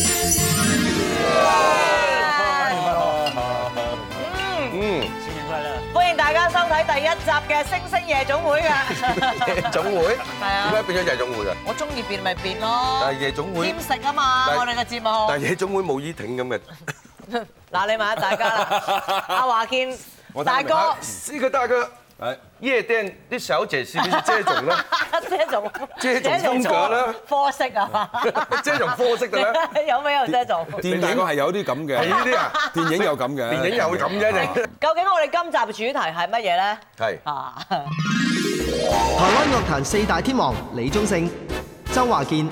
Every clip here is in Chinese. Ừ. 集嘅《星星夜總會》㗎。 夜總會？係啊。點解變咗夜總會㗎？ 我中意變咪變咯。但係夜總會-兼食啊嘛，但係我哋嘅節目。但係夜總會冇依挺咁嘅。嗱，你問下大家啦，阿華健我睇大 下明哥啊，呢個大哥，夜店啲小姐是不是這種呢？係姐總，姐總風格啦。科式啊嘛。 這種科式嘅呢？ 有咩有姐總？電影係有啲咁嘅，係呢啲啊？電影有咁嘅，電影有咁啫，你。究竟我哋今集嘅主題係乜嘢呢？係。啊，台灣樂壇四大天王李宗盛、周華健、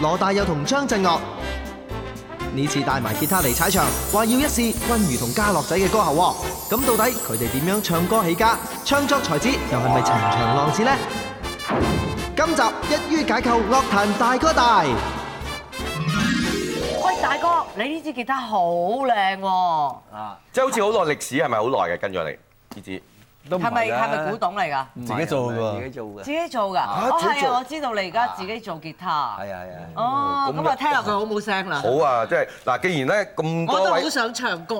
羅大佑同張震岳，呢次帶埋吉他嚟踩場，話要一試君如同家樂仔嘅歌喉喎。咁到底佢哋點樣唱歌起家？唱作才子又係咪情場浪子呢？今集一於解構樂壇大哥大。喂，大哥，你呢支吉他好靚喎。即係好似好耐歷史，係咪好耐嘅？跟咗你，呢支。都唔係咪-係啦係咪古董嚟㗎？自己做㗎，自己做㗎，自己做㗎？哦，自己做。係啊，我知道你而家自己做吉他。係啊係啊，哦，咁啊，聽落佢好冇聲啦。à, 好啊，即係，嗱，既然呢，咁多位- 我都好想唱歌，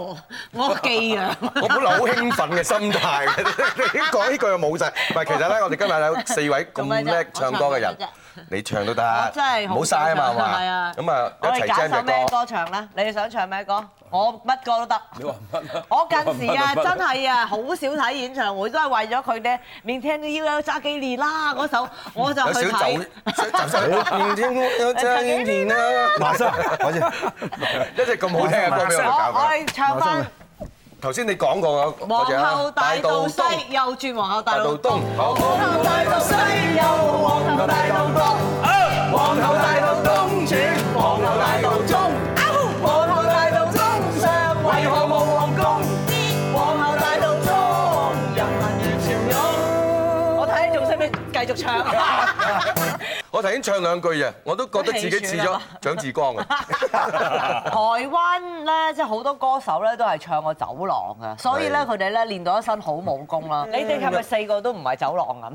我寄養。啊我本來好興奮嘅心態，你一講呢句就冇晒。唔係，其實咧，我哋今日有四位咁叻唱歌嘅人做咩啫我唱唔到啫，你唱都得，我真係唔好好嘥啊嘛，係係嘛啊？咁啊，一我哋齊 jam 揀首咩隻歌。歌唱咧？你哋想唱咩歌？我乜歌都得。你話乜啊我近時啊，你話乜真啊係啊，好少睇演唱會，都係為咗佢咧，面聽啲要有揸幾年啦嗰首，我就有少去走，睇。就就天有真年啦，麻生，我先。一隻咁好聽嘅歌俾我我哋搞我過。係唱翻頭先你講過嗰嗰隻皇啊后大道西，又轉皇后大大道東。道東，好。皇后大道西，又皇后大道東。皇后大道東主，皇后大道中，皇后大道中上，為何無皇宮？皇后大道中，人民如潮湧。我睇你仲識唔識繼續唱？ 我頭先唱兩句啫，我都覺得自己似咗蔣志 光啊。台灣咧，即係好多歌手咧都係唱過走廊嘅，所以咧係佢哋咧練到一身好武功啦。 你哋係咪四個都唔係走廊啊？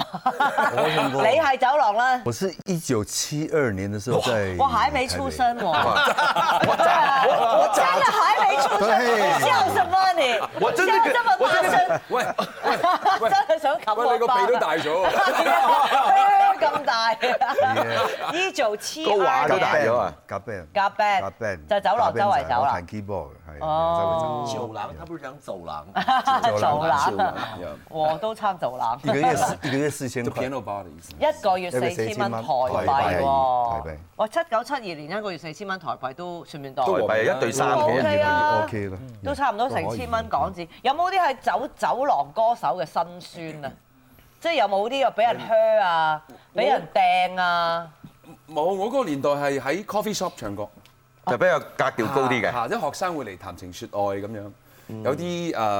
我用過你係走廊啦，我是一九七二年的时候在，我還沒出生喎。我咋我我真咋的還沒出生，你笑什麼你？我真的笑這麼大聲，喂喂喂真係想冚喂，我你個鼻都大咗啊！咁大依做黐高話都大嘅咗啊！夾 band，夾 band，夾 band，就走廊啊周圍走啦我彈 keyboard 哎嘅，係哦周圍走。走廊，他不是講走廊。 走走冷廊，Dạ, 我都差走冷。一個 月四一個月四千就 piano 塊， bar 嘅意思。一個月四千蚊台幣台喎幣，哇！七九七二年一個月四千蚊台幣都算唔算都多？唔係一對三嘅 OK 啊 OK 嗯啦，都差唔多成千蚊港紙。有冇啲係走走廊歌手嘅辛酸啊？即係有冇啲又俾人靴啊，俾人掟啊？冇，我嗰個年代係喺 coffee shop 唱歌，就比較格調高 啲嘅。嚇啲學生會嚟談情説愛咁樣。有啲誒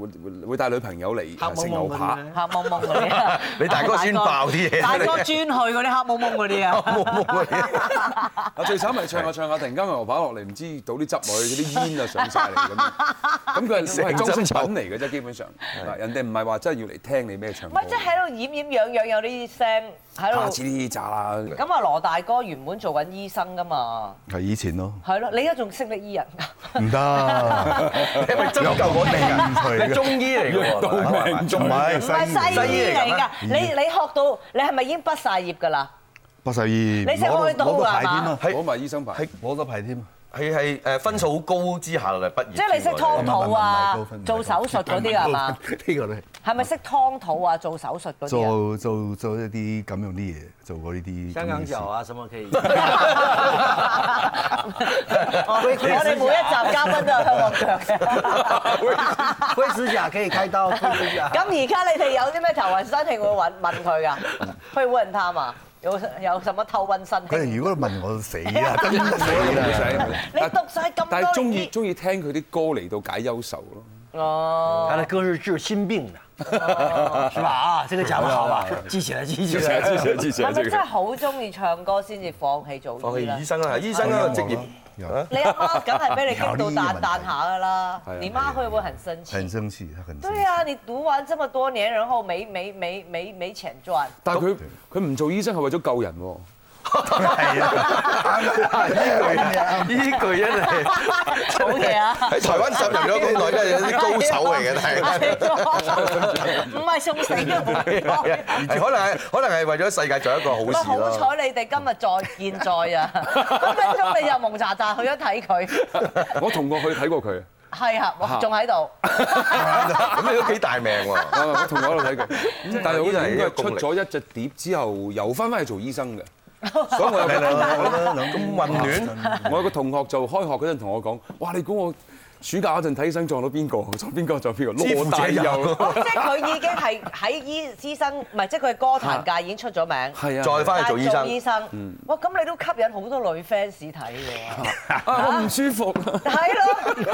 會會會帶女朋友嚟食牛扒，黑蒙蒙嗰啲啊！你大哥先爆啲嘢大哥專去嗰啲黑蒙蒙嗰啲啊！冇冇嘢，啊最慘咪唱下唱下，突然間個牛扒落嚟，唔知倒啲汁落去，嗰啲煙啊上晒嚟咁樣。 咁佢係佢係裝飾品嚟嘅啫，基本上。嗱人哋唔係話真係要嚟聽你咩唱唔歌。係即係喺度掩掩養養有啲聲喺下次度。呢扎啦。哎咁啊，羅大哥原本做緊醫生噶嘛，係以前咯，係咯，你而家仲識得醫人㗎？唔得，你係咪針灸我 哋唔除㗎？嘅你中醫嚟㗎到喎，命唔中 係唔係西醫嚟㗎，你你學到你係咪已經畢晒業㗎啦？八十二，你食開刀㗎係嘛攞埋醫生牌。啊攞到牌添啊！係係誒分數好高之下嚟畢業。即係你識劏肚唔係唔係唔係高啊分唔、係做手術嗰啲 啊係嘛？呢個咧，係咪識劏肚啊、做手術嗰啲啊？做做做一啲咁樣啲嘢，做過呢啲咁嘅事。香港腳啊，什麼可以？ 我我哋每一集嘉賓都有香港腳嘅。灰指甲可以開刀，灰指甲。咁而家你哋有啲咩頭暈身慶會問問佢㗎？去揾人探啊？有有什麼偷運身佢哋慶？如果問我死 啊，真係死唔使啦！你讀晒咁多但係中呢意啲中意聽佢啲歌嚟到解憂愁咯。哦，他的歌是治心病的，是吧？啊，這個講得好吧？記起來，記起來。之係咪真係好中意唱歌先至放棄做放醫啦棄醫？生啦，醫生啦個職業。啊有你阿媽梗係俾你激到有呢啲彈問彈題下㗎啦係啊，你媽會唔會很生很氣？生氣，他很生對氣。啊，你讀完這麼多年，然後沒沒沒沒沒錢賺。但係佢佢唔做醫生係為咗救人喎。係啊，呢句真係好嘢啊！喺台灣浸入咗咁耐，真係有啲高手嚟嘅，係。唔係送死嘅活該。而可能係可能係為咗世界做一個好不過事好咯。彩你哋今日再見再啊！分分鐘你又蒙查查去咗睇佢，我同過去睇過佢，係啊，哇仲喺度。 咁你都幾大命喎！啊我同我喺度睇佢。但係好似應該功出力咗一隻碟之後，又翻返去做醫生嘅。所以我有係個啦，咁混 亂，我有個同學就開學嗰陣同我講：，哇！你估我暑假嗰陣睇醫生撞到邊個？撞邊個？撞邊個？知乎羅大者佑有。哦，即係佢已經係喺醫醫生，唔係即係佢係歌壇界已經出咗名。係啊，再翻去做醫但係做醫生，生，哇！咁你都吸引好多女 fans 睇嘅喎。啊，我唔舒服，係咯，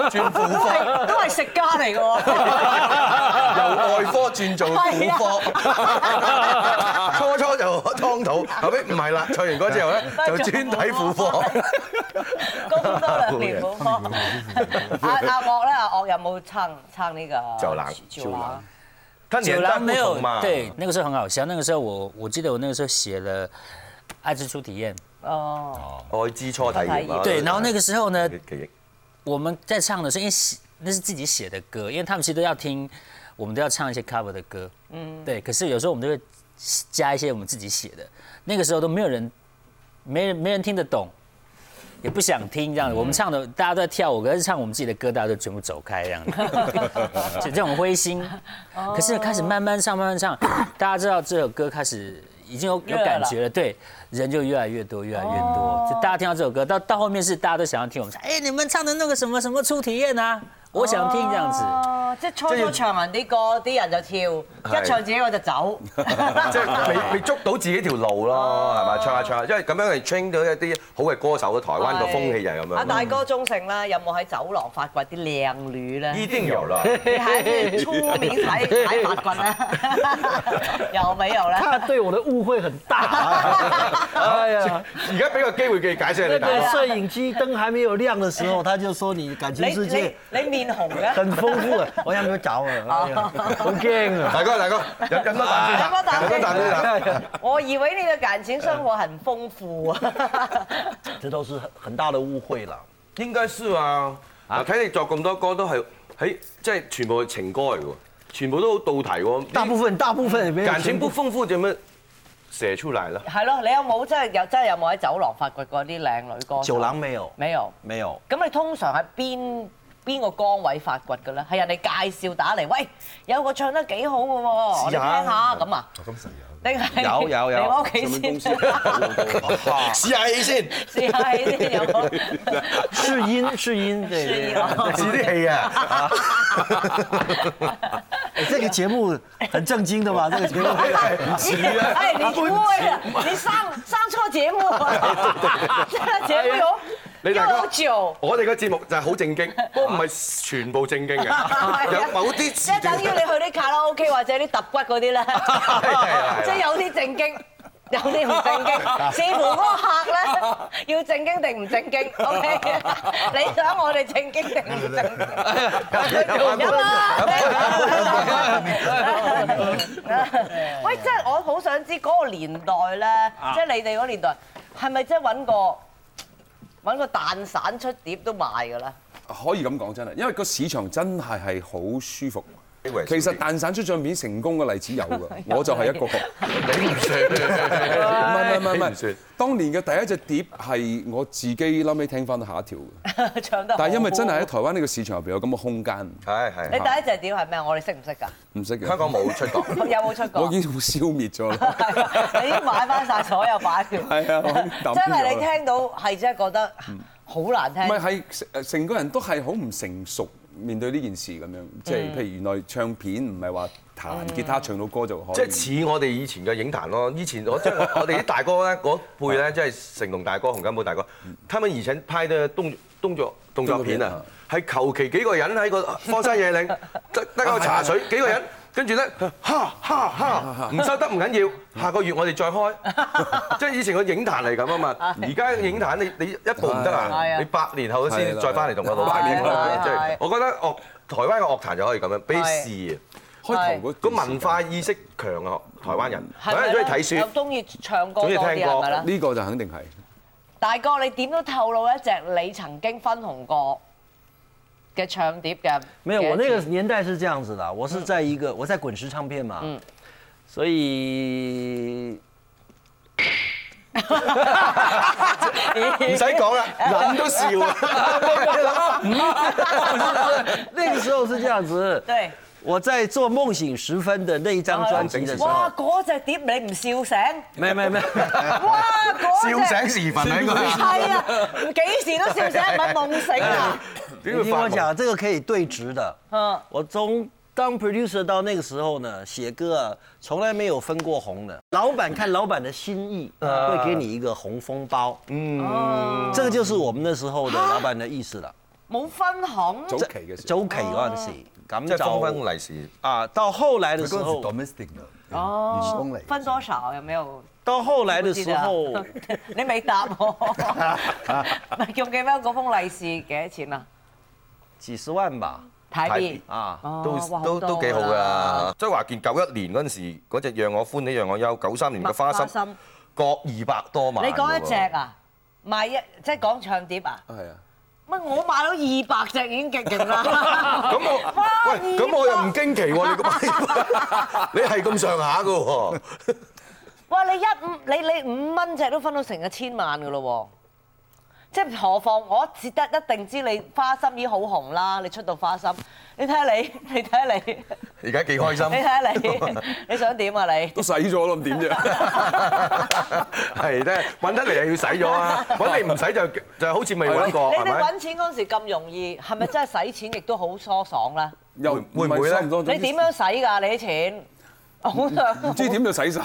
轉婦都係都係食家嚟嘅喎。啊 由外科轉做婦啊科， 初初就湯肚，後尾唔係啦，唱完歌之後咧就專睇婦 科。咁多兩年冇科。阿阿樂咧，阿樂有冇撐撐呢個？酒廊酒廊。他九年代郎不没有同嘛，对，那个时候很好笑。那个时候我我记得我那个时候写了《爱之初体验》，哦，愛之初體驗啊对，然后那个時候呢記憶我们在唱的时候，因为写那是自己写的歌，因为他们其实都要听，我们都要唱一些 cover 的歌，嗯，对。可是有时候我们都会加一些我们自己写的，那个时候都没有人，没人没人听得懂，也不想听嗯这样子。我们唱的大家都在跳舞，可是唱我们自己的歌，大家都全部走开这样子， 就这种灰心。哦可是开始慢慢唱，慢慢唱，大家知道这首歌开始已经有有热感了觉了，对，人就越来越多，越来越哦多。就大家听到这首歌，到到后面是大家都想要听我们唱，哎，你们唱的那个什么什么初体验啊，我想听这样子。哦，即係初初唱人啲歌，啲人就跳，係一唱自己我就走。 即係 未未捉到自己條路咯，係咪？唱下唱下，因為咁樣係 train 到一啲好嘅歌手，台灣個風氣就係咁阿樣。大哥中性啦，有冇喺走廊發掘啲靚女咧？一定有啦，你還是出名才才法官呢？ 有沒有呢？他对我的误会很大。哎呀，而家俾個機會佢解釋 那你大个哥。摄影机灯还没有亮的时候，他就说你感你情世哎界你你面紅嘅，很豐富啊！我有冇搞啊？哎呀好驚啊！大哥大哥，飲飲多啖先，啊飲多啖先。我以為你的感情生活很豐富 啊！這都是很很大的誤會啦。應該輸啊！嗱，睇你作咁多歌都係喺即係全部係情歌嚟嘅喎，全部都好到題喎。大部分大部分也沒有感情不豐富，做咩寫出嚟啦？係咯，你有冇真係有真係有冇喺走廊發掘過啲靚女歌手？酒廊沒有，沒有。沒有。咁你通常喺邊邊個崗位發掘嘅咧？係人哋介紹打嚟，喂，有個唱得幾好嘅喎，你聽下咁啊？咁實有。定係有有有你 我屋企先 試下戲先，試下戲先 有冇？試 音試音，對試對音哦試啲戲啊！ 哎這個節目很正經的嘛，這個節目。 哎，你误会了，你上上错节 目了，这个节目有你大又哥有酒，我哋嘅節目就係好正 經，不過唔係啊全部正經嘅，有某啲即係等於你去啲卡拉 OK 或者啲揼骨嗰啲 咧，即係有啲正經。有啲唔正 經，視乎嗰個客咧要正經定唔正經，OK？你想我哋正經定唔正經？ 飲啊！喂，即係我好想知嗰個年代咧，即係你哋嗰年代，係咪即係揾個揾個蛋散出碟都賣㗎 啦？啊可以咁講真係，因為個市場真係係好舒服。以 為其實蛋散出唱片成功嘅例子有 㗎，啊我就係一個。你唔啊算，唔係唔係唔你唔係算，當年嘅第一隻碟係我自己後尾聽翻下一條哦嘅，唱得好好，但係因為真係喺台灣呢個市場入邊有咁嘅空間，係你係第一隻碟係咩啊？我哋識唔識㗎？唔識嘅。香港冇 出過。有冇出過我？已經消滅咗啦。你 已經買翻晒所有版權。 係啊我已經抌咗啦真係你聽到係真係覺得好難唔聽係。係成成個人都係好唔成熟面對呢件事咁樣，即係嗯譬如原來唱片唔係話彈吉他唱到歌就可以。 即係似我哋以前嘅影壇咯，以前我即係 我哋啲大哥咧，嗰輩咧，即係成龍大哥、洪金寶大哥，他們以前拍嘅動動作動作片啊，係求其幾個人 喺個荒山野嶺，得得個茶水幾個人，跟住咧，哈 哈哈，唔收得唔緊要，下個月我哋再開。即係以前個影壇係咁 啊嘛，而家影壇你你一步唔得係啊啊，你百年後先再翻嚟同我老係百啊年後係啊即係係啊我覺得樂台灣嘅樂壇就可以咁樣，俾係試啊。開頭嗰個段時間文化意識強啊，台灣人，台係灣咪人呢中意睇又書，中意唱歌多中意啲聽歌係咪啦？呢個就肯 定係。大哥，你點都透露一隻你曾經分紅過嘅唱碟嘅。没有，我那嘅个年代是这嗯样子的，我是在一个我在滚石唱片嘛，所以唔使 講啦，人都笑啦。那个时候是这样子。對，我在做《梦醒时分》的那一张专辑的时候哇，，嗰隻碟你唔笑醒，没没没，哇，嗰隻笑醒時分啊應該係係啊，幾時都笑醒，唔係夢醒啊。點你會听發我夢讲，这个可以对直的。嗯嗯，我从当 producer 到那个时候呢，写歌啊，从来没有分过红的。老板看老板的心意，会给你一个红封包。嗯，这个就是我们那时候的老板的意思了。冇分行，早期嘅時候，周期嗰陣時，咁即係就風婚利是，啊，到後來的時嗰陣時候， domestic 㗎，哦女工嚟，分多少有沒有？到後來的時候，你未答我，咪仲記唔記得嗰封利是幾多錢啊？幾十萬吧，睇台啲幣啊哦都哇都都幾好多啦㗎。周華健九一年嗰陣時，嗰只讓我歡喜讓我憂，九三年嘅花花心心各二百多萬。你講一隻？啊，賣一即係講唱碟啊？係啊，乜我買到二百隻已經極勁啦！ 咁我哇喂，咁我又唔驚奇 喎，你咁你係咁上下㗎喎。哇！你一五你你五蚊隻都分到成一千萬噶咯喎，即係何況我一得一定知你花心已經好紅啦，你出到花心，你睇下你，你睇下你，你而家幾開心。睇下你，你想點啊你？都洗咗咯，咁點 啫？ 係咧，揾得嚟又要洗 咗啊，揾你唔洗就就好似未揾過，你哦係哋咪？揾錢嗰陣時咁容易，係咪真係使錢亦都好疏爽咧？又會唔會咧係差唔多你點？樣使㗎？你啲錢好唔想知點就洗 晒。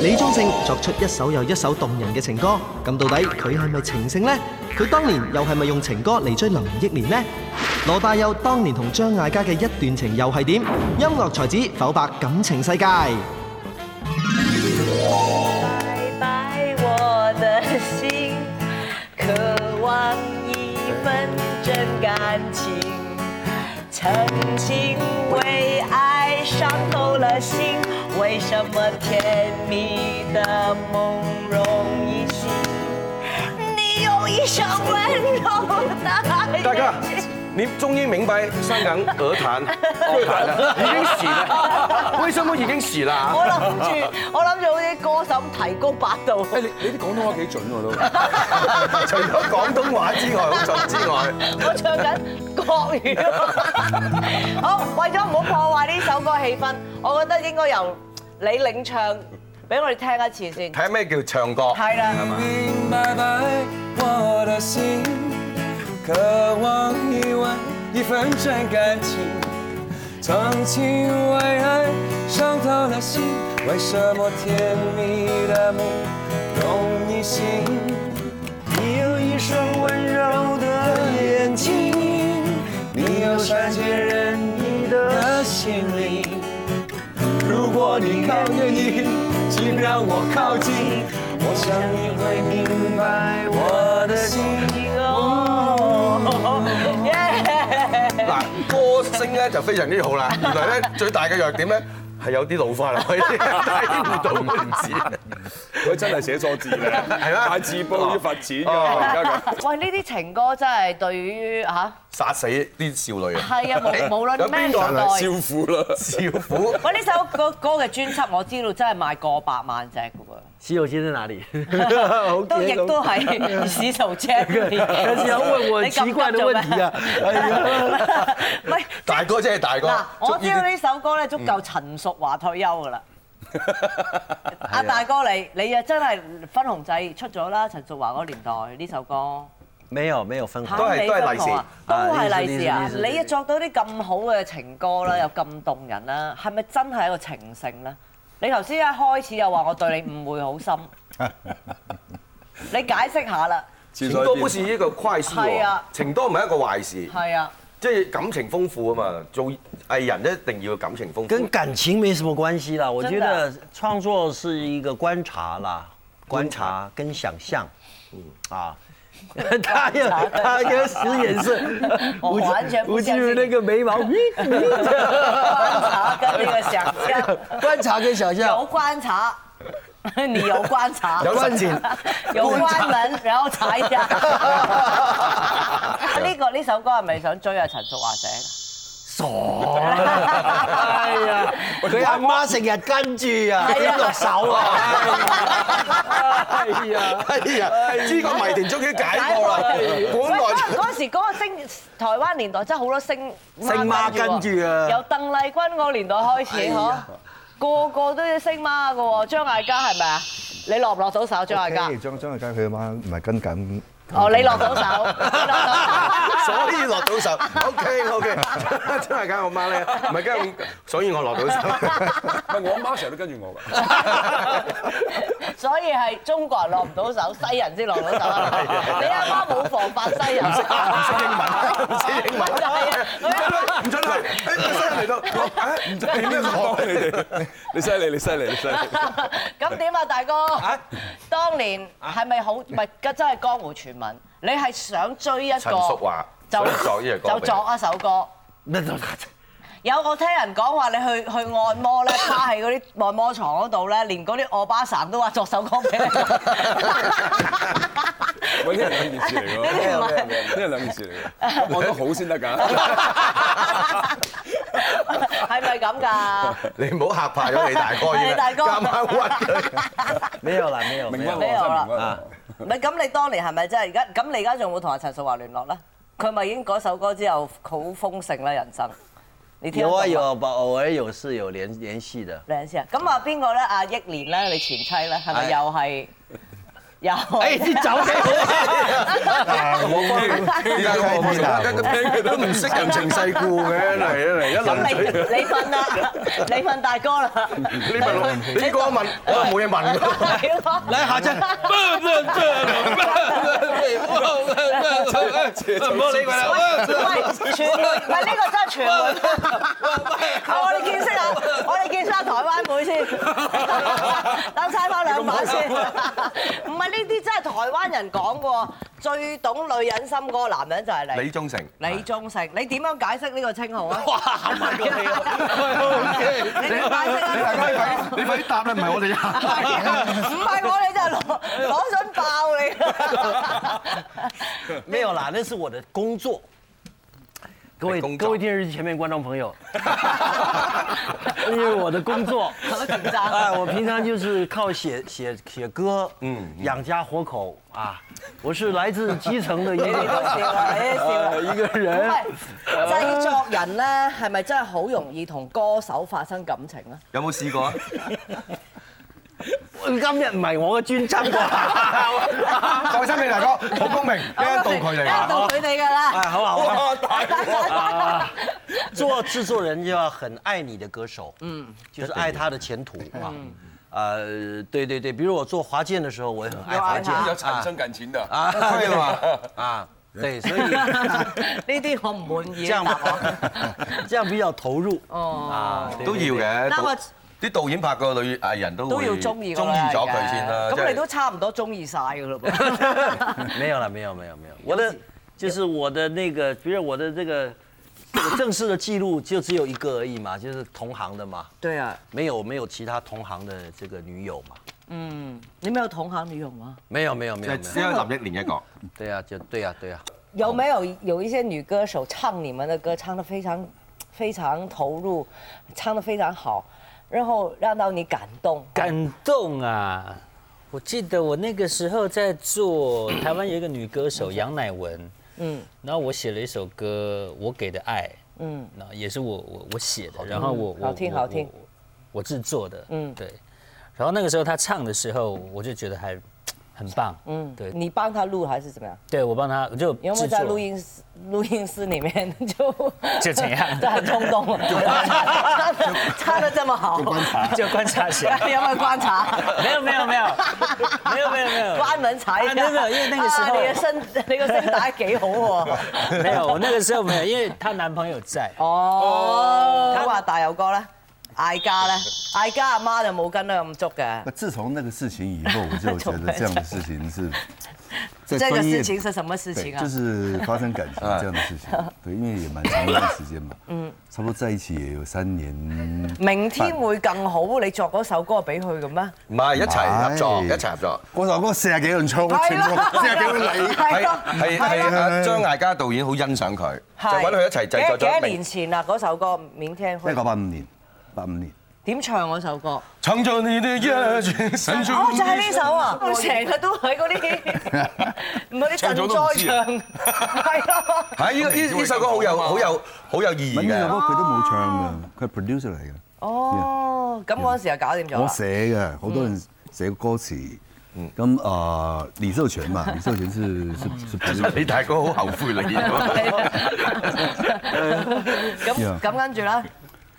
李宗盛作出一首又一首動人嘅情歌，咁到底佢係咪情聖呢？佢當年又係咪用情歌嚟追林憶蓮呢？羅大佑當年同張艾嘉嘅一段情又係點？音樂才子剖白感情世拜界。拜我的心，渴望一份真感情。曾经为爱伤透了心，为什么甜蜜的梦容易醒？你用一双温柔的眼睛。大哥，你終於明白香港 鵝壇鵝壇啊啦，已經死啦，為什麼已經死啦？我諗住， 我諗住好似歌手咁提高八度。 誒，你你啲廣東話幾準喎 都。除咗廣東話之外，好準之外，我唱緊國語。好，為咗唔好破壞呢首歌氣氛，我覺得應該由你領唱，俾我哋聽一次先 睇。下咩叫唱歌。係啦，明白白我的心，渴望一吻一份真感情。曾经为爱伤透了心，为什么甜蜜的梦容易醒？你有一双温柔的眼睛，你有善解人意的心灵。如果你靠愿意，请让我靠近，我想你会明白我的心。嗱，歌聲咧就非常之好啦。原來咧最大嘅弱點咧係有啲老 化啦，可以睇唔到文字。佢真係寫錯字 咧，係啊啦打字報要罰錢㗎哦喎，而家咁。 喂，呢啲情歌真係對於嚇，係啊，殺死啲少女啊！ 無無論有咩年邊個代。少婦 啦，少婦。喂，呢首歌歌嘅專輯我知道真係賣過百萬隻嘅喎，洗手間在哪裡？ 都亦都係史頭車。但是要問我你咁急奇怪的問題啊！哎呀，做咩？ 喂，大哥真係大哥 嗱，，我足以知道呢首歌咧足夠陳淑華退休噶啦。阿大哥你你啊真係分紅制出咗啦，陳淑華嗰年代呢首歌，沒有沒有分嚇紅都，係你都係分利是紅啊都係利是啊啊利！是利是你啊作到啲咁好嘅情歌啦，又咁動人啦，係咪真係一個情聖咧？你頭先一開始又話我對你誤會好 深，你解釋下啦，潛情多不是一個壞事係喎啊，情多唔係一個壞事，係啊，即係感情豐富啊嘛。做藝人一定要感情豐跟富。感情沒什麼關係啦。我覺真得創作是一個觀察啦，觀察跟想象，啊， 他又他又使眼色，我完全不吴相君如信那个眉毛，观察跟那个想象观察跟想象有，观察。 你有观察， 有實踐， 有關門，然後查一下。 呢個呢首歌係咪想追啊陳淑華寫？哦哎 呀，佢阿媽成日跟住啊，點落手啊？哎呀，哎呀，呢個迷團終於解解我啦！喂，本可來能嗰時嗰個星台灣年代真係好多星星媽跟住啊喎由鄧麗君嗰個年代開始嗬，個個都要星媽嘅喎，張艾嘉係咪啊？你落唔落到手張艾嘉？張張藝嘉佢阿媽唔係跟緊，啊哦，你落到 手，你落到 手所以落到手，OK OK，真 係梗我媽咧，唔係梗我，所以我落到手。唔係我阿媽成日都跟住我㗎。 所以係中國人落唔到手，西人先落 到手。你阿媽冇防範西人，唔識 英文，唔識英文。就係啊唔准去，哎新人嚟到，我唔點樣講你哋？你犀利，你犀利，你犀利！ 咁點啊，大哥？當年係咪好唔係真係江湖傳聞？你係想追一個陳淑華就想作呢隻歌就作一首歌。有我聽人講話，你去去按摩 咧，趴喺嗰啲按摩床嗰度咧，連嗰啲惡巴神都話作首歌俾你。喂，呢係兩件事嚟㗎，啲唔係呢係兩件事嚟㗎，我都好 先得㗎。係咪咁㗎？你唔好嚇怕咗你大哥你大哥啱啱屈佢。沒有啦，沒有，明沒威我有。真係明威啊我。唔 係咁，你當年係咪真係而家？咁你而家仲有冇同阿陳淑華聯絡咧？佢咪已經嗰首歌之後好豐盛啦人生。你聽得有啊懂嗎有，啊，把偶尔有是有联联系的。兩先啊。咁啊邊個咧？阿憶蓮咧，你前妻咧，係咪哎又係又係？哎，你走依家我我而家都唔識人情世故嘅，嚟啊嚟一咁諗你嘴，你問啦，你問大哥啦。你問我，你哥問我又冇嘢問喎。係咯来下次。唔好理佢啦。喂，傳媒，唔係呢個真係傳媒。我哋見識下，我哋見識下台灣妹先，等晒翻兩把先。唔係呢啲真係台灣人講嘅喎，最懂女人心嗰個男人就係李你。宗盛，李宗盛，你點樣解釋呢個稱號啊？哇，好埋過你 你點解釋啊？大家你快啲答啦，唔係我哋唔係我哋就係攞攞準爆你。 没有啦，那是我的工作。各你位工作各位电视机前面观众朋友， 因为我的工作，好緊張哎，我平常就是靠写写写歌，嗯，养家活口啊。我是来自基层的一你哋都哎个笑啦，你哋笑啦。 一个唔人係，製作人咧，係咪真係好容易同歌手發生感情咧？有冇試過啊？今日唔係我嘅專輯啩？ 在心你大哥，好公平，一度佢一哋啊。到佢哋㗎 啦。哎，好好好。啊，做制作人就要很爱你的歌手，嗯，就是爱他的前途啊。呃，对对对，比如我做华健的时候，我也很爱华健有爱他有產生感情的。 啊，可以对了吧啊，对，所以呢啲我唔滿意这嘅样答案。这样比较 投入哦，啊，对都要。嘅。嗱我導啲導演拍個女藝人都都會要中意㗎中啦意咗佢先啦。即咁係你都差唔多中意晒㗎嘞对噃。没有了，没有没有没有，我的就是我的那个，比如我的这个这个正式的记录就只有一个而已嘛，就是同行的嘛，對啊，没有没有其他同行的这个女友嘛，嗯，你 沒有同行女友啊嗎？没有没有没有没有只。有林憶蓮一個。对呀、啊，就对呀、啊，对 呀、啊。有沒有有一些女歌手唱你們的歌，唱得非常非常投入，唱得非常好，然後讓到你感動？感动啊！我记得我那个时候在 做台湾有一个女歌手杨乃文，嗯然后我写了一首歌《我给的爱》，嗯。那也是我我我写的，然后我我好听我好听我我制作的，嗯嗯，对。然后那个时候他唱的时候，我就觉得还很棒，嗯嗯，，对，你帮他录还是怎么样？对我帮他，我就有没有制在作录音室录音室里面就就怎样 就很冲动 了，啊 唱的这么好， 就观 察起来。有没有观察？没有没有 没 有没有没有没有关门查一下。啊没有没有因为那个时候 啊你的声你个声带几好喎。 没有，我那个时候没有，因为她男朋友在，哦，咁話大友哥咧，嗌交咧，嗌交阿媽就冇跟得咁足嘅。自從那個事情以後，我就覺得這樣的事情是在这个专业事情是什么事情啊？对就是发生感情这样的事情，对，因为也蛮长一段时间嘛，嗯，差不多在一起也有三年，明天會更好，你作嗰首歌俾佢嘅咩？唔係一齊合作，唔係一齊合作。哎嗰首歌四十幾人唱，全部四十幾個你，係係咯係係啊！張艾嘉導演好欣賞佢，就揾佢一齊製幾作幾咗多年明。前啦，嗰首歌《明天會一》九八五年，八五年，點唱嗰首歌？唱咗你的夜曲，神出哦，就係呢首啊！我成日都喺嗰啲唔係啲唱賑咗都唔災知唱，係咯。係呢呢呢首歌好有好有好有意義呢首歌嘅。佢都冇哦唱㗎，佢係 producer 嚟㗎，哦，咁嗰陣時就搞掂啊咗我啦。寫嗯嘅，好多人寫歌詞。咁啊、呃李秀 全嘛，李秀全是是嗯是 producer 你大哥好後悔啦， 咁咁跟住咧，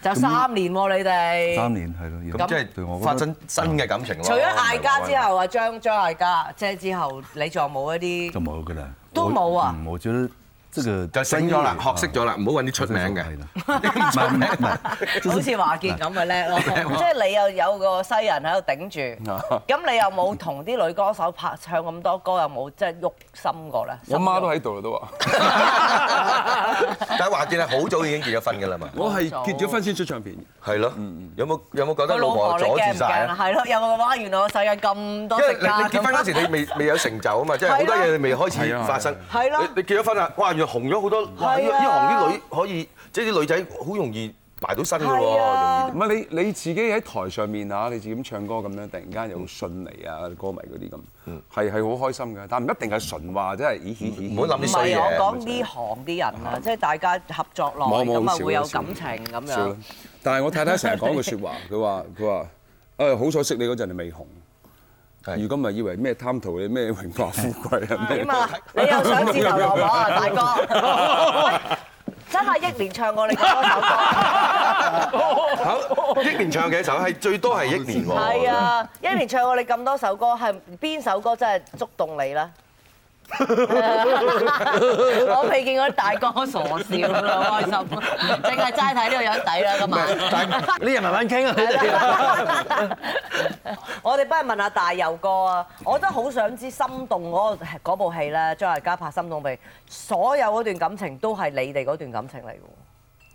就三年喎，你哋。三年係咯， 咁即對係我發生新嘅感情咯。除咗嗌交之後啊，張張嗌交，即係之後，你仲有冇一啲就冇㗎啦，都冇啊我嗯我覺得這個啊就醒咗啦，專業學識咗啦，唔好揾啲出名嘅。 好似華健咁嘅叻咯，即係你又有個西人喺度頂住，咁你又冇同啲女歌手拍唱咁多歌，又冇即係喐心過咧？我媽都喺度啦，都話。但係華健係好早已經結咗婚㗎啦嘛。我係結咗婚先出唱片，係咯，有冇 有冇覺個得老老婆婆你阻驚住唔晒驚啊啊？？係咯，有冇話原來個世界咁多因為食你你家結婚嗰時你未未有成就啊嘛，即係好多嘢你未開始發生。係咯你你結咗婚啦，哇！原來紅咗好多，哇！呢係呢啊行啲女可以，即係啲女仔好容易埋到身㗎喎，係啊容易唔係你你自己喺台上面啊，你自己咁唱歌咁樣，突然間有信嚟啊，歌迷嗰啲咁，係係好開心㗎，但唔一定係純話，真係咦咦咦。唔好諗唔啲衰係我嘢。講呢行啲人啊，即係大家合作耐冇冇咁啊好，少會有好少感情咁少樣啦。但係我太太成日講句説話，佢 話佢話誒好彩識你嗰陣你未紅，係如果唔係以為咩貪圖你咩榮華富貴 啊咩點。啊？ 你又想自投羅 網啊，大哥？喂真係憶年唱過你嗰首歌。好，益年唱嘅首係最多係益年哦喎。係啊，一年唱過你咁多首歌，係邊首歌真係觸動你咧？ 我未見過大哥傻笑啦，開 心，淨係齋睇呢個樣抵啦今晚。你又慢慢傾啊。 我哋不如問下大佑哥啊，我真係好想知《心動》嗰個嗰部戲咧，張艾嘉拍《心動》未？所有嗰段感情都係你哋嗰段感情嚟嘅喎，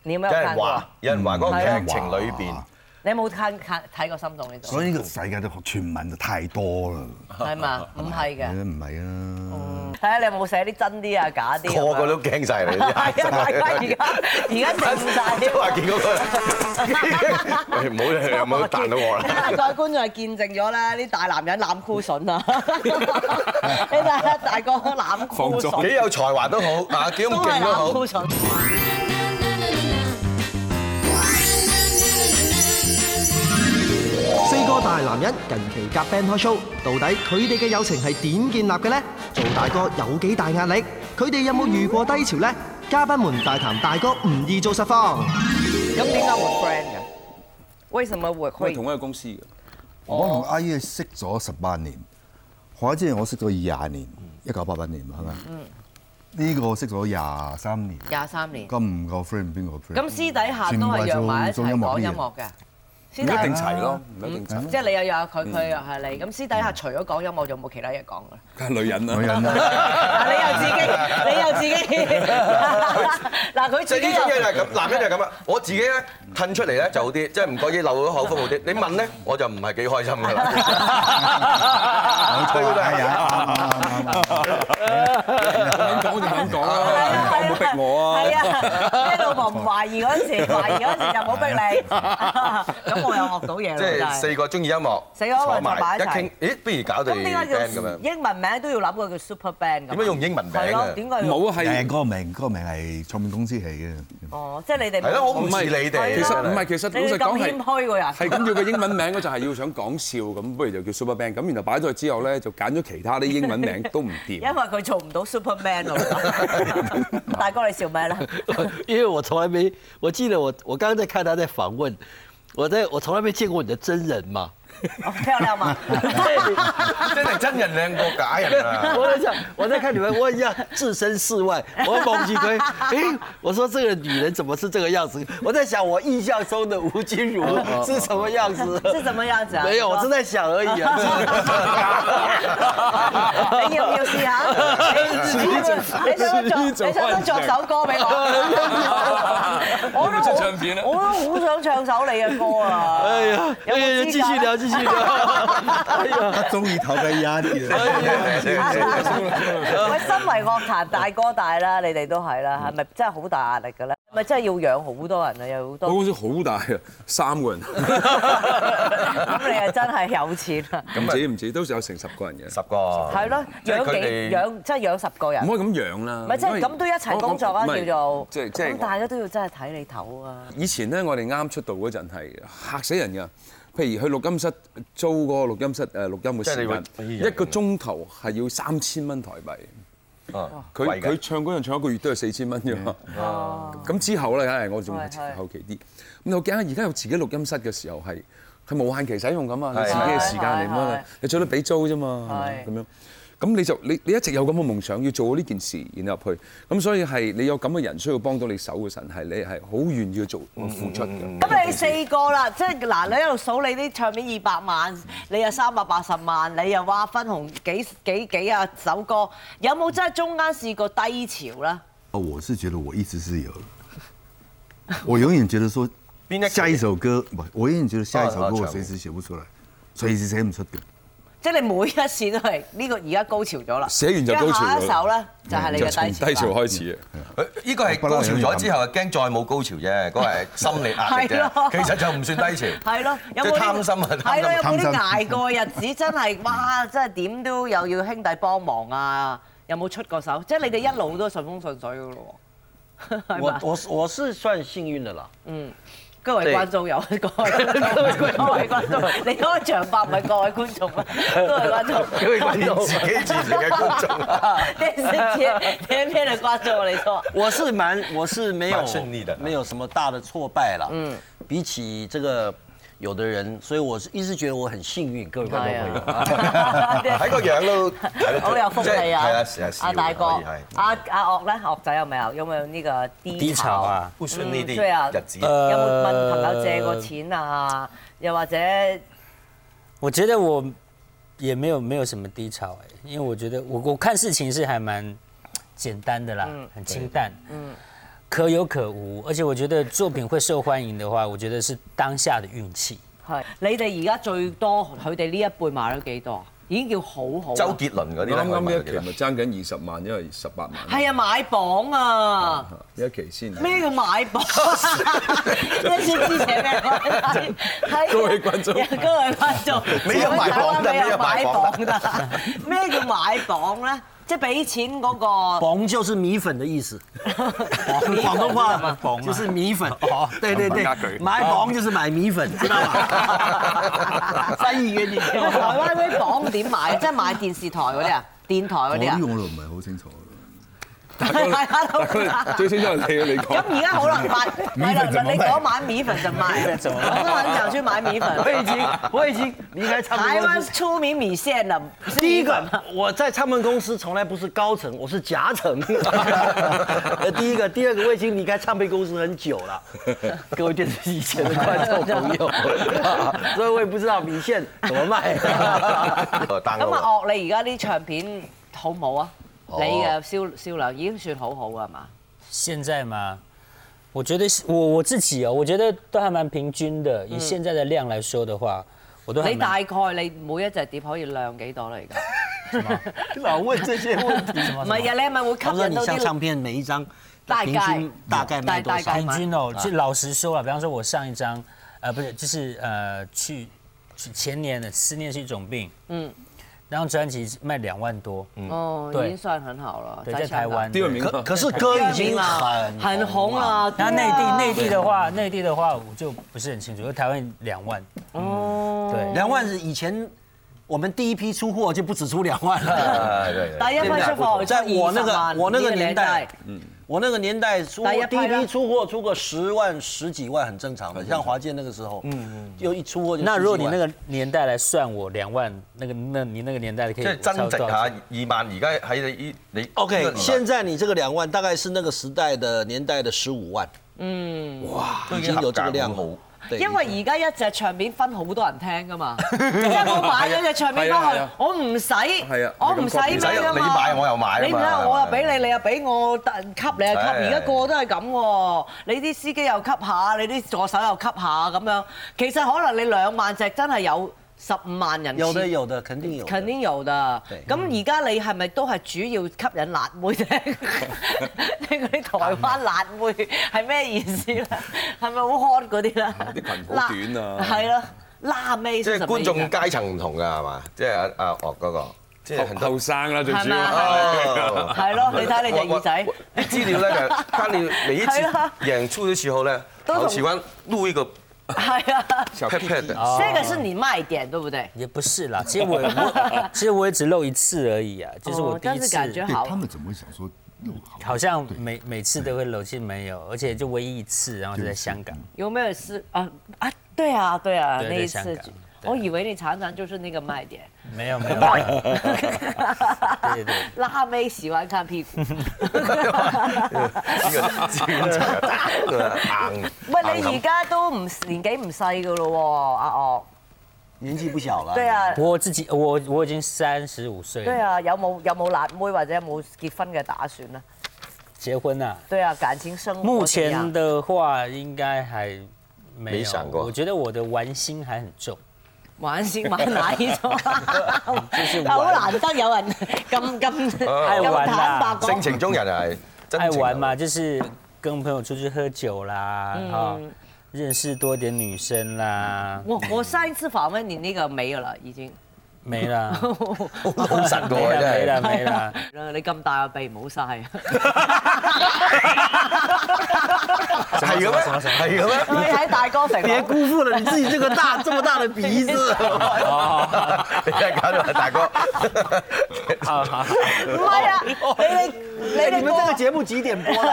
你有冇有睇人過話啊？，有人話嗰個劇情裏邊你有冇睇睇過《心動》呢度？所以呢個世界嘅傳聞就太多啦，啊係嘛？唔係嘅，唔係啊，睇下你有冇寫啲真啲啊、假啲咁 樣個個都驚晒你。 係啊，大家而家而家靜 晒都話見嗰個，喂唔好你唔好彈到我啦。各位觀眾係見證咗啦，啲大男人攬枯筍 啊！你睇下大哥攬枯筍，幾有才華都 好，啊幾咁都勁係都攬好枯，筍。四個大男人近期夾 band 開 show，到底佢哋嘅友情係點建立嘅呢？做大哥有幾大壓力？佢哋有冇遇過低潮呢？嘉賓們大談大哥唔易做實況。咁點解會 friend 嘅？為什麼會我係會同一個公司嘅，我同阿姨識咗十八年，海之前我識咗廿年，一九八八年嘛係咪？呢個識咗廿三年，廿三年？咁唔夠 friend 邊個 friend？咁私底下都係約埋一齊講音樂嘅。私唔底一定下齊咯，唔一定齊。即係你又有佢，佢又係你。咁私底下除咗講音樂，仲有冇其他嘢講㗎？梗係女人啦。女人啊， 啊 你又自己，你又自己。嗱，佢即自係己呢種又嘢。就係咁，男人就係咁啊！我自己咧褪出嚟咧就好啲，即係唔覺意漏咗口風好啲。你問咧我就唔係幾開心 㗎啦。係啊，肯講就肯講啦， 係肯講冇逼我啊。係啊，你老婆唔懷疑嗰陣時，懷疑嗰陣時就冇逼你。咁我又學到嘢啦，即係真係。四個中意音樂，四個坐就擺埋一一齊傾，咦？不如搞對咁點解 band 咁叫樣？英文名都要諗佢叫 Super Band 咁？點解用英文名係咯？嘅？點解要？冇啊，係誒歌名歌名係唱片公司起嘅，哦，即係你哋係咯，我唔似你哋。其實真係唔係，其實你哋老咁實講係謙虛個人。係咁要個英文名，我就係要想講笑咁，不如就叫 Super Band。咁然後擺咗去之後咧，就揀咗其他啲英文名都唔 掂。因為佢做唔到 Superman 咯，大哥你笑咩啦？因为我从来没，我记得我我刚刚在看他在访问，我在我从来没见过你的真人嘛，漂亮嘛，真係真人靚過假人啊！我在想，我在看你们，我一样置身事外，我猛击 推，哎，我说这个女人怎么是这个样子？我在想，我印象中的吴君如哦是什么样子？是怎么样子啊？没有，我真是的。在想而已 啊。你要唔要試下？你想唔想作？你想唔想作首歌俾我？我都好出唱片啊我都好想唱首你嘅歌啊！ 哎呀，有冇哎呀，資格继续聊，继续 聊。哎呀，哎他终于逃开压力了。喂，身為樂壇大哥大啦，你哋都係啦，係咪真係好大壓力㗎咧？係咪真係要養好多人啊，有好多 我。公司好大啊，三個人，咁你啊真係有錢啊！唔止唔止，都有成十個人嘅，十個係咯，即係養佢哋幾養，即係養十個人唔。可以咁樣啦。唔係，即係因為咁都一齊工作啊，我我唔係叫做。即係即咁大係。家都要真係睇你頭啊！以前咧，我哋啱出道嗰陣係嚇死人㗎。譬如去錄音室租嗰個錄音室誒錄音嘅即係你會哎時呀間，一個鐘頭係要三千蚊台幣。啊佢貴㗎佢唱嗰樣唱一個月都係四千蚊啫嘛。咁之後咧，梗係我仲係係後期啲。咁我記得而家有自己錄音室嘅時候係係無限期使用咁啊，你係自己嘅時間嚟係係嘛係，你最多俾租啫嘛，係係咪咁樣。咁你就你你一直有咁嘅夢想要做呢件事，然後入去，咁所以係你有咁嘅人需要幫到你手嘅神，係你係好願意去做付出嘅。咁你四個啦，即係嗱，你一路數你啲唱片二百萬，你又三百八十萬，你又話分紅幾幾幾啊首歌，有冇真係中間試過低潮咧？哦我是觉得我一直是 有，我永远觉得说邊一個下一首歌，不我永远觉得下一首哦歌哦我随时写不出来，随时写唔出嘅。即係你每一次都係呢個而家高潮咗啦，寫完就高潮下咗嗯一首咧就係你就嘅從低潮啦。低潮開始嘅。呢個係高潮咗之後，驚再冇高潮啫，嗰個係心理壓力係咯啫。其實就唔算低潮。係咯，有即冇係啲貪心啊係咯，有冇啲貪心捱過嘅日子真係哇，真係點都又要兄弟幫忙啊？有冇出過手？即係你哋一路都順風順水嘅咯喎，係我嘛？我我是算幸运的啦。各位觀眾有各位各位各位觀 眾，你嗰個長白唔係各位觀眾啊，各位觀眾，各位觀眾，自己自成嘅觀 眾，電視前前面的觀眾，你說我是蛮，我是没有蛮顺利的没有什么大的挫败啦。嗯，比起这个有的人，所以我是一直觉得我很幸运，各位观哎众朋友啊。 喺個樣都睇得 出好有福利啊即係係啊是啊，！是阿大哥可以係，阿阿樂咧，樂仔有冇有有冇有呢個低 低潮潮啊呃不順利嗯對啊啲日子。有冇問朋友借過錢啊？又或者我觉得我也没有没有什么低潮哎、因为我觉得我我看事情是还蛮简单的啦，很清淡，嗯，可有可无。而且我觉得作品会受欢迎的话，我觉得是当下的运气。係你哋而家最多佢哋呢一輩買咗幾多啊？已經叫好好啊。周杰倫啱嗰啲咧啱呢一期可以買到幾咪爭緊二十萬，因為十八萬。係啊，買榜啊！呢一期先。咩叫買榜？一先知寫咩榜？係各位觀眾 各位觀眾，你有買榜得你有你買有買榜榜得？咩叫買榜咧？即係俾錢嗰個嘣就是米粉的意思，广东话就是米粉。哦，对对对，买嘣就是买米粉，知道 吗？翻译 给你。台灣嗰啲榜點買啊？即係買電視台嗰啲啊，電台嗰我啲呢啊個？我就唔係好清楚啦。最清楚係你啊！你 講咁。而家好難買，係啦，你嗰晚米粉就 賣，我都很想去買米我粉。已经我已经离开唱台片公灣司。出名米線啦，不是 第一米个粉啊，我在唱片公司从来不是高层，我是夹层。 呃第一个，第二个，我已经离开唱片公司很久 了，各位电视机前的观众朋友， 所以我也不知道米线怎 么卖。多單咁啊，咯樂你而家啲唱片好唔好啊？你哦嘅銷銷量已經算好好啊係嘛？现在嘛，我觉得是我我自己哦，我觉得都还蛮平均的。以现在的量来说的话，我都还你蛮大概你每一隻碟可以量幾多啦？ 而家老问这些问题，唔係啊，你係咪會吸他说引你到像唱啲？片每一张大概平均大概卖多大少概？平均哦，就老实说了，比方说我上一张，呃，不是，就是呃，去去前年的《思念是一种病》，嗯，那张专辑卖两万多，嗯，哦，已對經算很好了。对，在台湾，第二名啊可可是歌已经啦很，很紅啊！那對内啊地内地的话，内地的话我就不是很清楚，因为台湾两万，哦，对，两万以前我们第一批出货就不止出两万了。啊，對對對第一批出貨在我那20萬个我那个年代，我那个年代出哪一第一派啦批出货出个十万十几万很正常的，像华健那个时候，嗯，就一出货就那如果你十那几万个年代来算我两万，那个那你那个年代可以即係增值差不多下二多少萬，錢而家喺你依你 OK，現先在你這個兩萬大概是那個時代的年代的十五萬，都已經有這個量好了。對因為而家一隻唱片分好多人聽噶 嘛，即係我買咗隻唱片翻係去啊，我唔使係啊，我唔使咩你咁噶講你嘛。買我又買啊嘛你唔使我又俾你，你又俾我，但吸你又吸。係啊而家個個都係咁喎，你啲司機又吸下，你啲助手又吸下咁樣。其實可能你兩萬隻真係有十五萬人次有的有的肯定有的，肯定有㗎。對咁而家你係咪都係主要吸引辣妹啫？你嗰啲台灣辣妹係咩意思咧？係咪好 hot 嗰啲啦？啲裙好短啊辣係啦，辣妹即係觀眾係階層唔同㗎係嘛？即係阿阿樂嗰個，即係很多後生啦，最主咪要。 啊？哦係咯，你睇你隻耳仔我。我資料咧就看你每一次係啦演出的時候咧，都同好喜歡錄一個係啊，小 p a 的。哦這個是你賣點，對不對？也不 是啦，其实我我其实我也只露一次而已啊，就是我哦第一但是次，感覺对好他。们怎么会想说录好？好像每每次都会露，其实没有，而且就唯一一次，然后就在香港。有沒有是啊啊？對啊，對啊，對那在一香次港。對我以為你常常就是那個賣點，没有没有，没有对对对，辣妹喜歡看屁股。呢個專輯硬。喂，硬你而家都唔年紀唔細噶咯喎，阿樂。年紀不小了。對，啊，我自己我我已经三十五岁對了，啊，有冇有冇辣妹或者有冇結婚嘅打算咧？结婚啊，對啊，感情生活目點前樣的话应该还没没有想过我觉得我的玩心还很重。玩先玩奶 咗，玩好難得有人咁咁哎愛咁玩坦白啊性講。情中人係真爱情玩嘛，就是跟朋友出去喝酒啦，嗯哈、认识多点女生啦，我我上一次訪問你那個沒有了，已經。没啦， 好老實没㗎喎啦，真係。没啦，没啦。你咁大個鼻冇晒啊！係嘅咩？係嘅咩？你喺大哥城，別辜負了你自己這個大這麼大的鼻子。 你真係搞到大哥， 唔係啊！你哎哋你你哋們這個個節目幾點播的？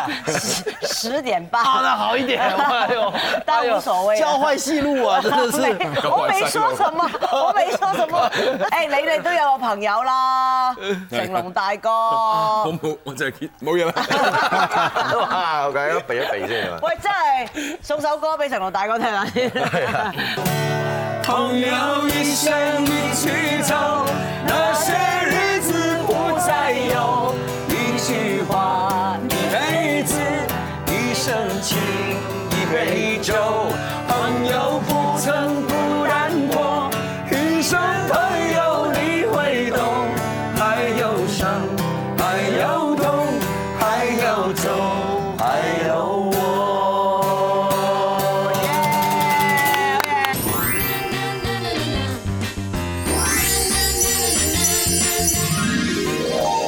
十點半，啊好一點，哎呦，哎但無所謂啊。教壞戲路啊，真的是。我沒說什麼，我沒說什麼。誒，你哋都有個朋友啦，成龍大哥 我。冇，我就係見冇嘢啦。哇！我計避一避先係嘛。喂，真係送首歌俾成龍大哥聽下先。朋友一生一起走，那些日子不再有。一句话，一辈子，一生情，一杯酒。朋友不曾孤单过，一生朋友你会懂。还有伤，还有痛，还有走，还有我。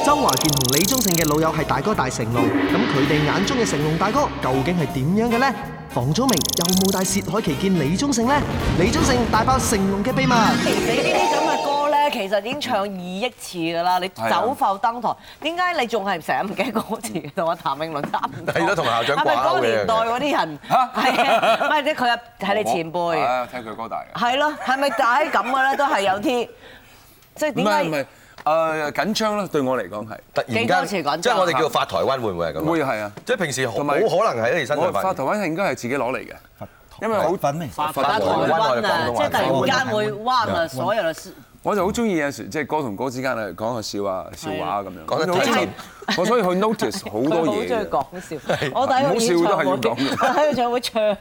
周華健同李宗盛嘅老友係大哥大成龍，咁佢哋眼中嘅成龍大哥究竟係點樣嘅呢？房祖名有冇帶薛凱琪見李宗盛呢？李宗盛大爆成龍嘅秘密。你呢啲咁嘅歌咧，其實已經唱二億次㗎啦，你走埠登台，點解你仲係成日唔記得歌詞？同阿譚詠麟差唔多。係咯同校長係咪嗰個掛鈎嘅年代嗰啲人？嚇係啊，唔係即係佢係係你前輩。啊，聽佢歌大嘅。係咯，係咪大係咁嘅咧？都係有啲，即係唔點係唔解係，誒緊張啦，對我嚟講係。突幾然多間，次講真即係我哋叫發台灣會唔會係咁啊？會係啊即係平時好可同能埋係喺你身我上發發台灣應該係自己攞嚟嘅，因為好粉咩？打發台灣我哋灣啊廣東？即話係突然間會彎啊，所有嘅事我就好中意有時即係歌同歌之間啊講下笑話、笑話咁樣。講得我好中意太， 我所以去 notice 好佢多好中嘢意講嘅。笑，我睇佢演唱會，唔好笑都係要講我睇佢唱會唱啊，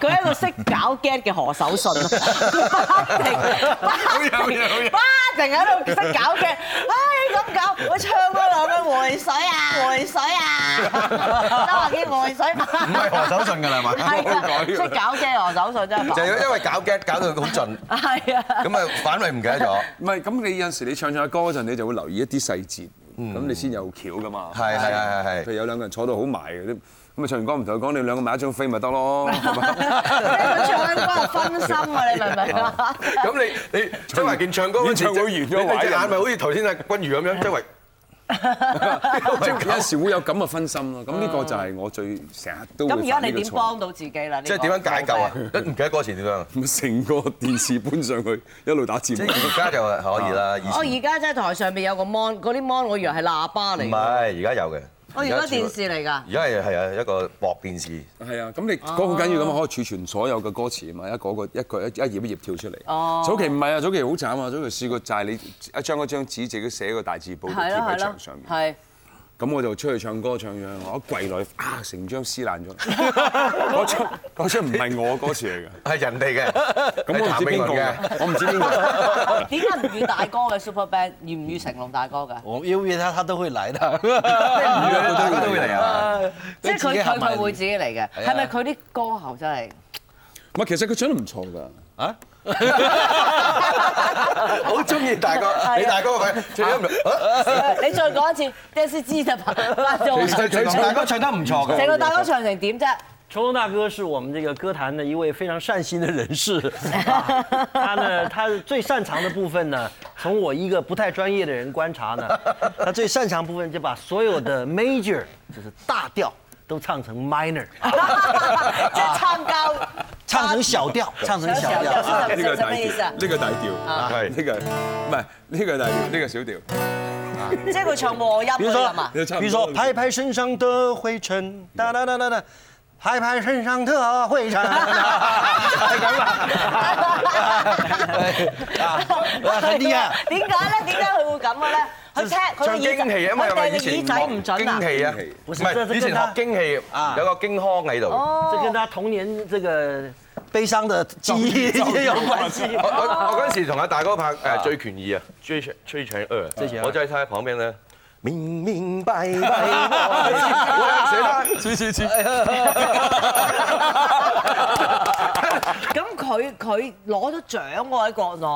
佢係一個識搞 get 嘅何守信啊，不停不好嘢好停嘢不停喺度識搞 get，唉咁搞，我唱嗰兩句回水啊，回水啊，周華健回水，唔係何守信㗎啦係嘛？係啊，識搞 get 何守信真係就煩，係因為搞 get 搞到好 盡，係啊。咁啊反為唔記得咗，唔係咁，你有陣時你唱唱下歌嗰陣，你就會留意一啲細節，咁你先有橋噶嘛。嗯係係係係譬如有兩個人坐到好埋嘅，咁啊唱完歌唔同佢講，你兩個買一張飛咪得咯。係嘛佢唱歌係分心啊！你明唔明啊？咁你你周華健唱歌嗰陣時演唱會完咗你你隻玩人眼咪好似頭先阿君如咁樣，周 圍，Oh 即係有時會有咁嘅分心咯。咁呢個就係我最成日都會嗯咁而家犯呢你個點錯幫到自己啦？呢個即係點樣解救啊？一唔記得嗰時 點樣啊？咁成個電視搬上去， 一路打字即係而家就可以啦，以我前哦而家真係台上面有個 mon，嗰啲 mon 我以為係喇叭嚟唔㗎。哦係，而家有嘅。我而家全部電視嚟㗎而家係係啊一個薄電視。係啊，咁哦你嗰個好緊要咁嘛，可以儲存所有嘅歌詞啊嘛，一個個一個一一頁一頁跳出嚟。哦早期唔係啊，早期好慘啊，早期試過就係你一張一張紙自己寫個大字報貼係咯喺係咯牆上，面。係咁我就出去唱歌唱唱，我一跪落去啊，成張撕 爛咗。嗰張嗰張唔係我歌詞嚟㗎，係人哋 嘅，咁我唔知邊個係譚詠麟嘅，我唔知邊個。點解唔遇大哥嘅 Super Band，遇唔遇成龍大哥㗎？我邀約他，他都會來的。大家都會嚟啊！即係自己佢合佢埋佢會自己嚟嘅，係咪佢啲歌喉真係？唔係，其實佢唱得唔錯㗎。好中意大哥，你大哥佢啊最緊要啊啊你再講一次，即係知就發其咗。實佢大哥唱得唔錯成嘅。個大哥唱成點啫？成龙大哥是我们这个歌坛的一位非常善心的人士，啊他呢，他最擅长的部分呢，从我一个不太专业的人观察呢，他最擅长部分就把所有的 major 就是大调都唱成 minor，啊即係參交唱成小调，唱成小小调。調呢個什大麼意思啊調，呢個大調，係呢個唔係呢個大調，呢個小調。即係佢唱和音比如㗎啦嘛。就差不多说，比如说拍拍身上的灰尘，哒哒哒哒哒，拍拍身上的灰 尘，啊啊，很厉害。點解咧？點解佢會咁嘅咧？佢聽佢個唱驚耳戲啊嘛，因為以佢哋前個學耳仔唔準啊驚。戲啊，唔不是係啊哦這是以前跟他學驚戲，有個驚腔喺度。这跟他童年这个悲伤的记忆 也有关系。我我我嗰陣時同阿大哥拍誒《醉拳二》啊，《追追拳二》，啊我就喺睇旁邊咧。明明白白， 我寫得 咁佢佢攞咗獎喎喺國內。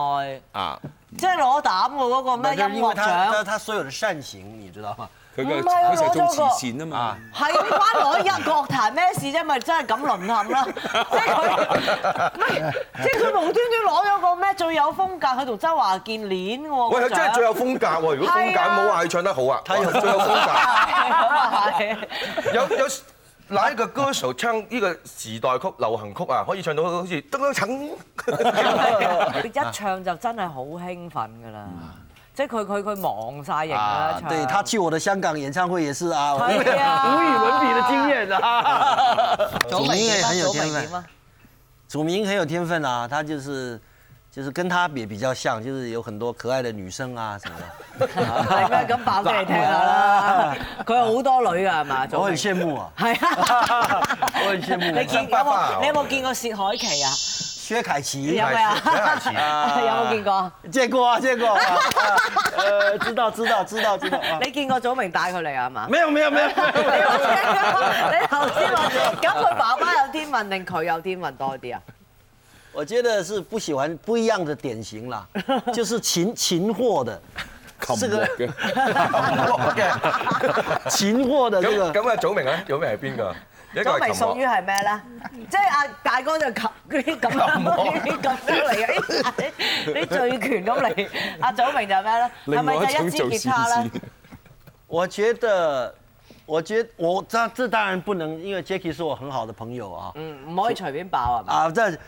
啊！即係攞膽喎嗰個咩那就是音因为樂他他獎。他所有的善行，你知道吗？佢唔個係啊佢成日攞做咗個慈善啊嘛。係你關我一樂壇咩事啫？咪真係咁淪陷 啦！即係佢，唔係即係佢無端端攞咗個咩最有風格，佢同周華健練喎。喂，佢真係最有有風格喎！如果風格，唔好話佢唱得啊好啊，佢最有風格。係有有嗱一個歌手唱呢個時代曲、流行曲啊，可以唱到好似噔噔噔，一唱就真係好興奮㗎啦！即係佢佢佢忘晒形啦，唱啊对他去我的香港演唱会也是啊，我係啊无与伦比的經驗啊。祖祖明明也點啊很祖有明天分點，啊？祖明很有天分啊，他就是就是跟他也比较像，就是有很多可爱的女生啊什么 的，係咩？咁爆俾你聽下啦！佢有好多女㗎係嘛？祖我明很羡慕啊。係啊！我很羡慕你見有冇你有冇見過薛凱琪啊？薛凱有琪，冇 啊？哎有冇見過？见过啊，见过 啊。呃，知道，知道，知道，知道。啊你見過祖明帶佢嚟啊係嘛？没 有，没有，没 有。你頭先你頭先話咁佢 爸爸有天分定佢有天分多啲啊？我觉得是不喜欢不一样的典 型啦，就是擒擒获的，这个 擒获的这咁个。咁啊，祖明咧，祖明係邊個？一個咁咪係屬於琴係咩咧？即係阿大哥就琴 嗰啲咁樣嗰啲咁樣嚟嘅，你醉拳咁嚟。阿祖明就係咩咧？係另咪外一就種一做支慈吉他善咧？。我觉得，我觉得我这这当然不能，因为 Jacky 是我很好的朋友啊。嗯，唔可以隨便爆係 嘛？啊，这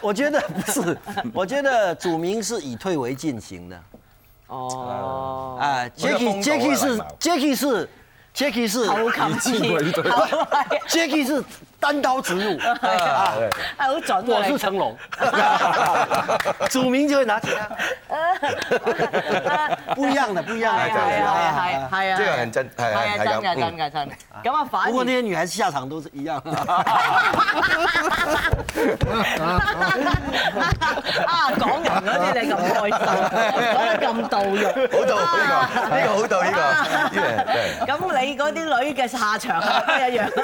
我觉得不 是，我觉得祖明是以退为进型的。哦，啊，Jacky 封口啊 Jacky 禮是貌 Jacky 是 Jacky 是好琴以師，前好係 Jacky 是單刀直 入，啊，係好準啊我你是成龍，祖明就会拿起他，不一样的，不一样的。係啊係啊係啊係啊，即係人真係係啊係真係嗯嘅咁。真嘅真嘅。咁啊反不而过那 些女孩子下场都是一样的。啊講人嗰啲你咁開心，講得咁到肉，啊好到呢個，呢個好到呢個，呢個真係咁你嗰啲女嘅下場係一樣。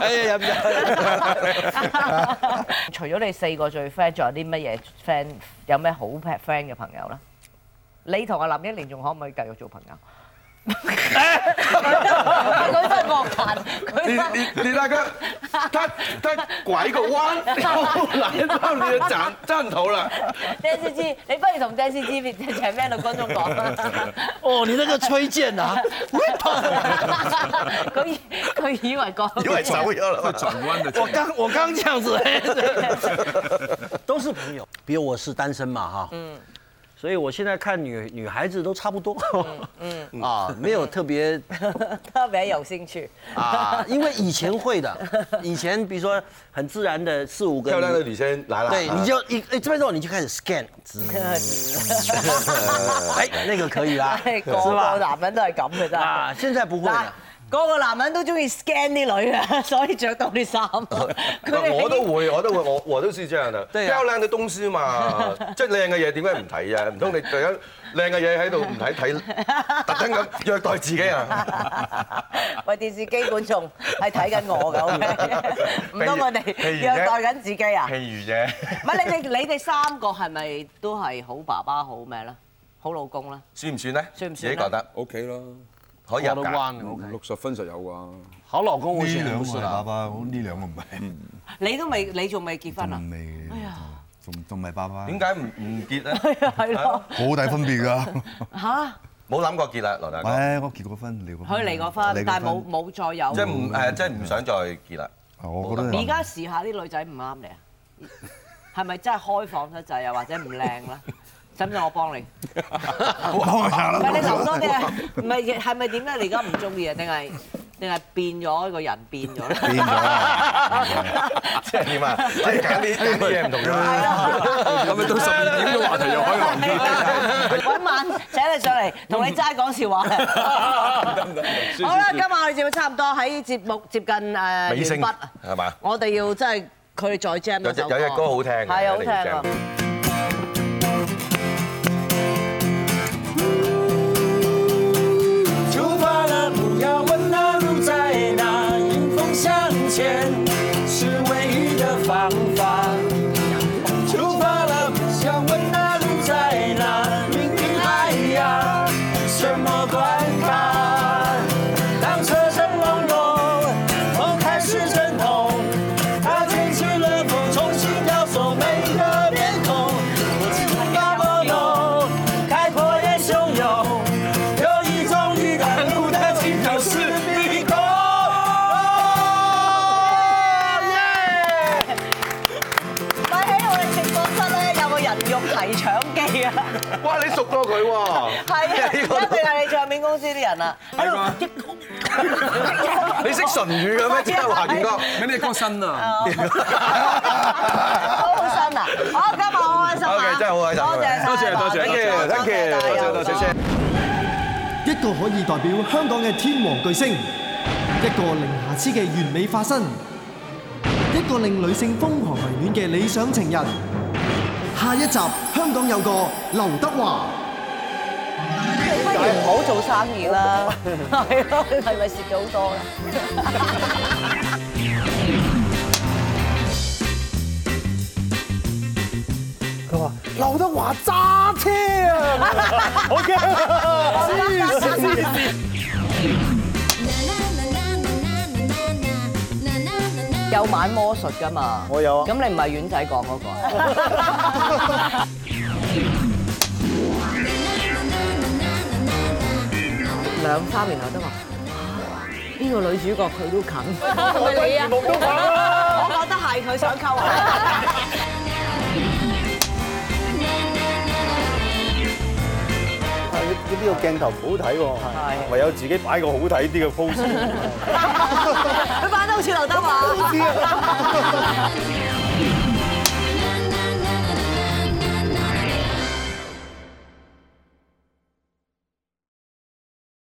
哎呀，飲咗。 除咗你四個最 friend，仲有啲乜嘢 friend？有咩好 friend 嘅朋友咧？你同阿林憶蓮仲可唔可以繼續做朋友？佢都係樂壇，佢你都係你你大哥，他他拐个弯，然后来到你的站站头了。鄭思之，你不如同鄭思之前面嘅觀眾講。哦，你那个崔健啊，佢以佢以為講，因為走咗啦嘛，轉彎就我刚我刚这样子，都是朋友。比如我是单身嘛哈，嗯，所以我现在看女女孩子都差不多，嗯啊，没有特别特別有興趣。啊，因为以前会的，以前比如说很自然的四五个漂亮的女，女生来了，对，你就一哎这边之后你就开始 scan，哎那个可以啦，係是個個吧？男人都係咁嘅真係啊，。现在不会嗱了。，個個男人都中意 scan 啲女啊， 所以着到啲 衫。啊佢不哋哦我都會，我都會，我我都是這樣的。對啊漂亮嘅東西嘛，即係靚嘅嘢點解唔睇啊？唔通你突然間靚嘅嘢喺度唔睇睇，特登咁虐待自己啊？喂，電視機觀眾 係睇緊我㗎，OK？唔通我哋譬如啫虐待緊自己啊？譬如啫，唔係你哋你哋三個係咪都係好爸爸好咩咧？好老公咧？算唔算咧？算唔算呢啊自己覺得 OK 啦，可以入㗎。六十分就有啩。好老公我呢选兩不個是係啦爸。爸，呢兩個唔係，你都未你仲未結婚啊？仲未，仲仲唔係爸爸，點解唔唔結咧？ 係咯好大分別㗎。嚇，冇諗過結啦，羅大哥，喂，我結過婚，離過婚，佢離過婚，但係冇離冇再有。即係唔誒，即係唔想再結 啦。過婚。我覺得而家時下啲女仔唔啱你啊？係咪真係開放得滯啊？或者唔靚咧？使唔使我幫你？幫我下唔啦係你留多 啲啊！唔係係咪點解你而家唔中意啊？定係定係變咗個人變咗咧？變咗，即係點啊？即係揀啲揀啲嘢唔同咗。係咯，咁咪到十二點嘅話題又可以話唔得揾晚請你上嚟同你齋講笑話啦。唔得唔得好啦，今晚我哋節目差唔多喺節目接近誒尾聲完畢，係嘛我哋要真係佢哋再 jam 有一隻首有隻歌好聽嘅係啊好聽一定要啊 jam！出发了，不要问那路在哪，迎风向前是唯一的方法。出发了，不想问那路在哪，明明哎呀，什么关卡？当车声隆隆，梦开始阵痛，他卷起了风，重新雕塑每个面孔。我情感波动，开阔也汹涌，有一种预感，孤单尽头是迷宫。Oh, 咪喺我哋直播室咧有個人肉提搶機啊！哇！你熟過佢喎，係 啊，一定係你唱片公司啲人啊，喺度你識唇語嘅咩？即刻華健哥。咩呢個歌新啊？好好新啊！好，今日好開心啊 OK，真係好開心多謝晒多謝多謝多 Thank 謝 you，Thank you，大家多謝多謝。一個可以代表香港嘅天王巨星，一個零瑕疵嘅完美化身，一個令女性瘋狂迷戀嘅理想情人。下一集香港有個劉德華。不如唔好做生意啦，係咯，係咪蝕咗好多咧？佢話：劉德華揸車啊！我驚黐線。有玩魔術噶嘛？我有啊。咁你唔係丸仔講嗰啊個？兩三年後都話。啊呢個女主角佢都啃，係咪你啊？我覺得係佢想啊溝啊我。呢呢個鏡頭唔好睇係喎，唯有自己擺個好睇啲嘅 pose。佢扮得好似劉德華。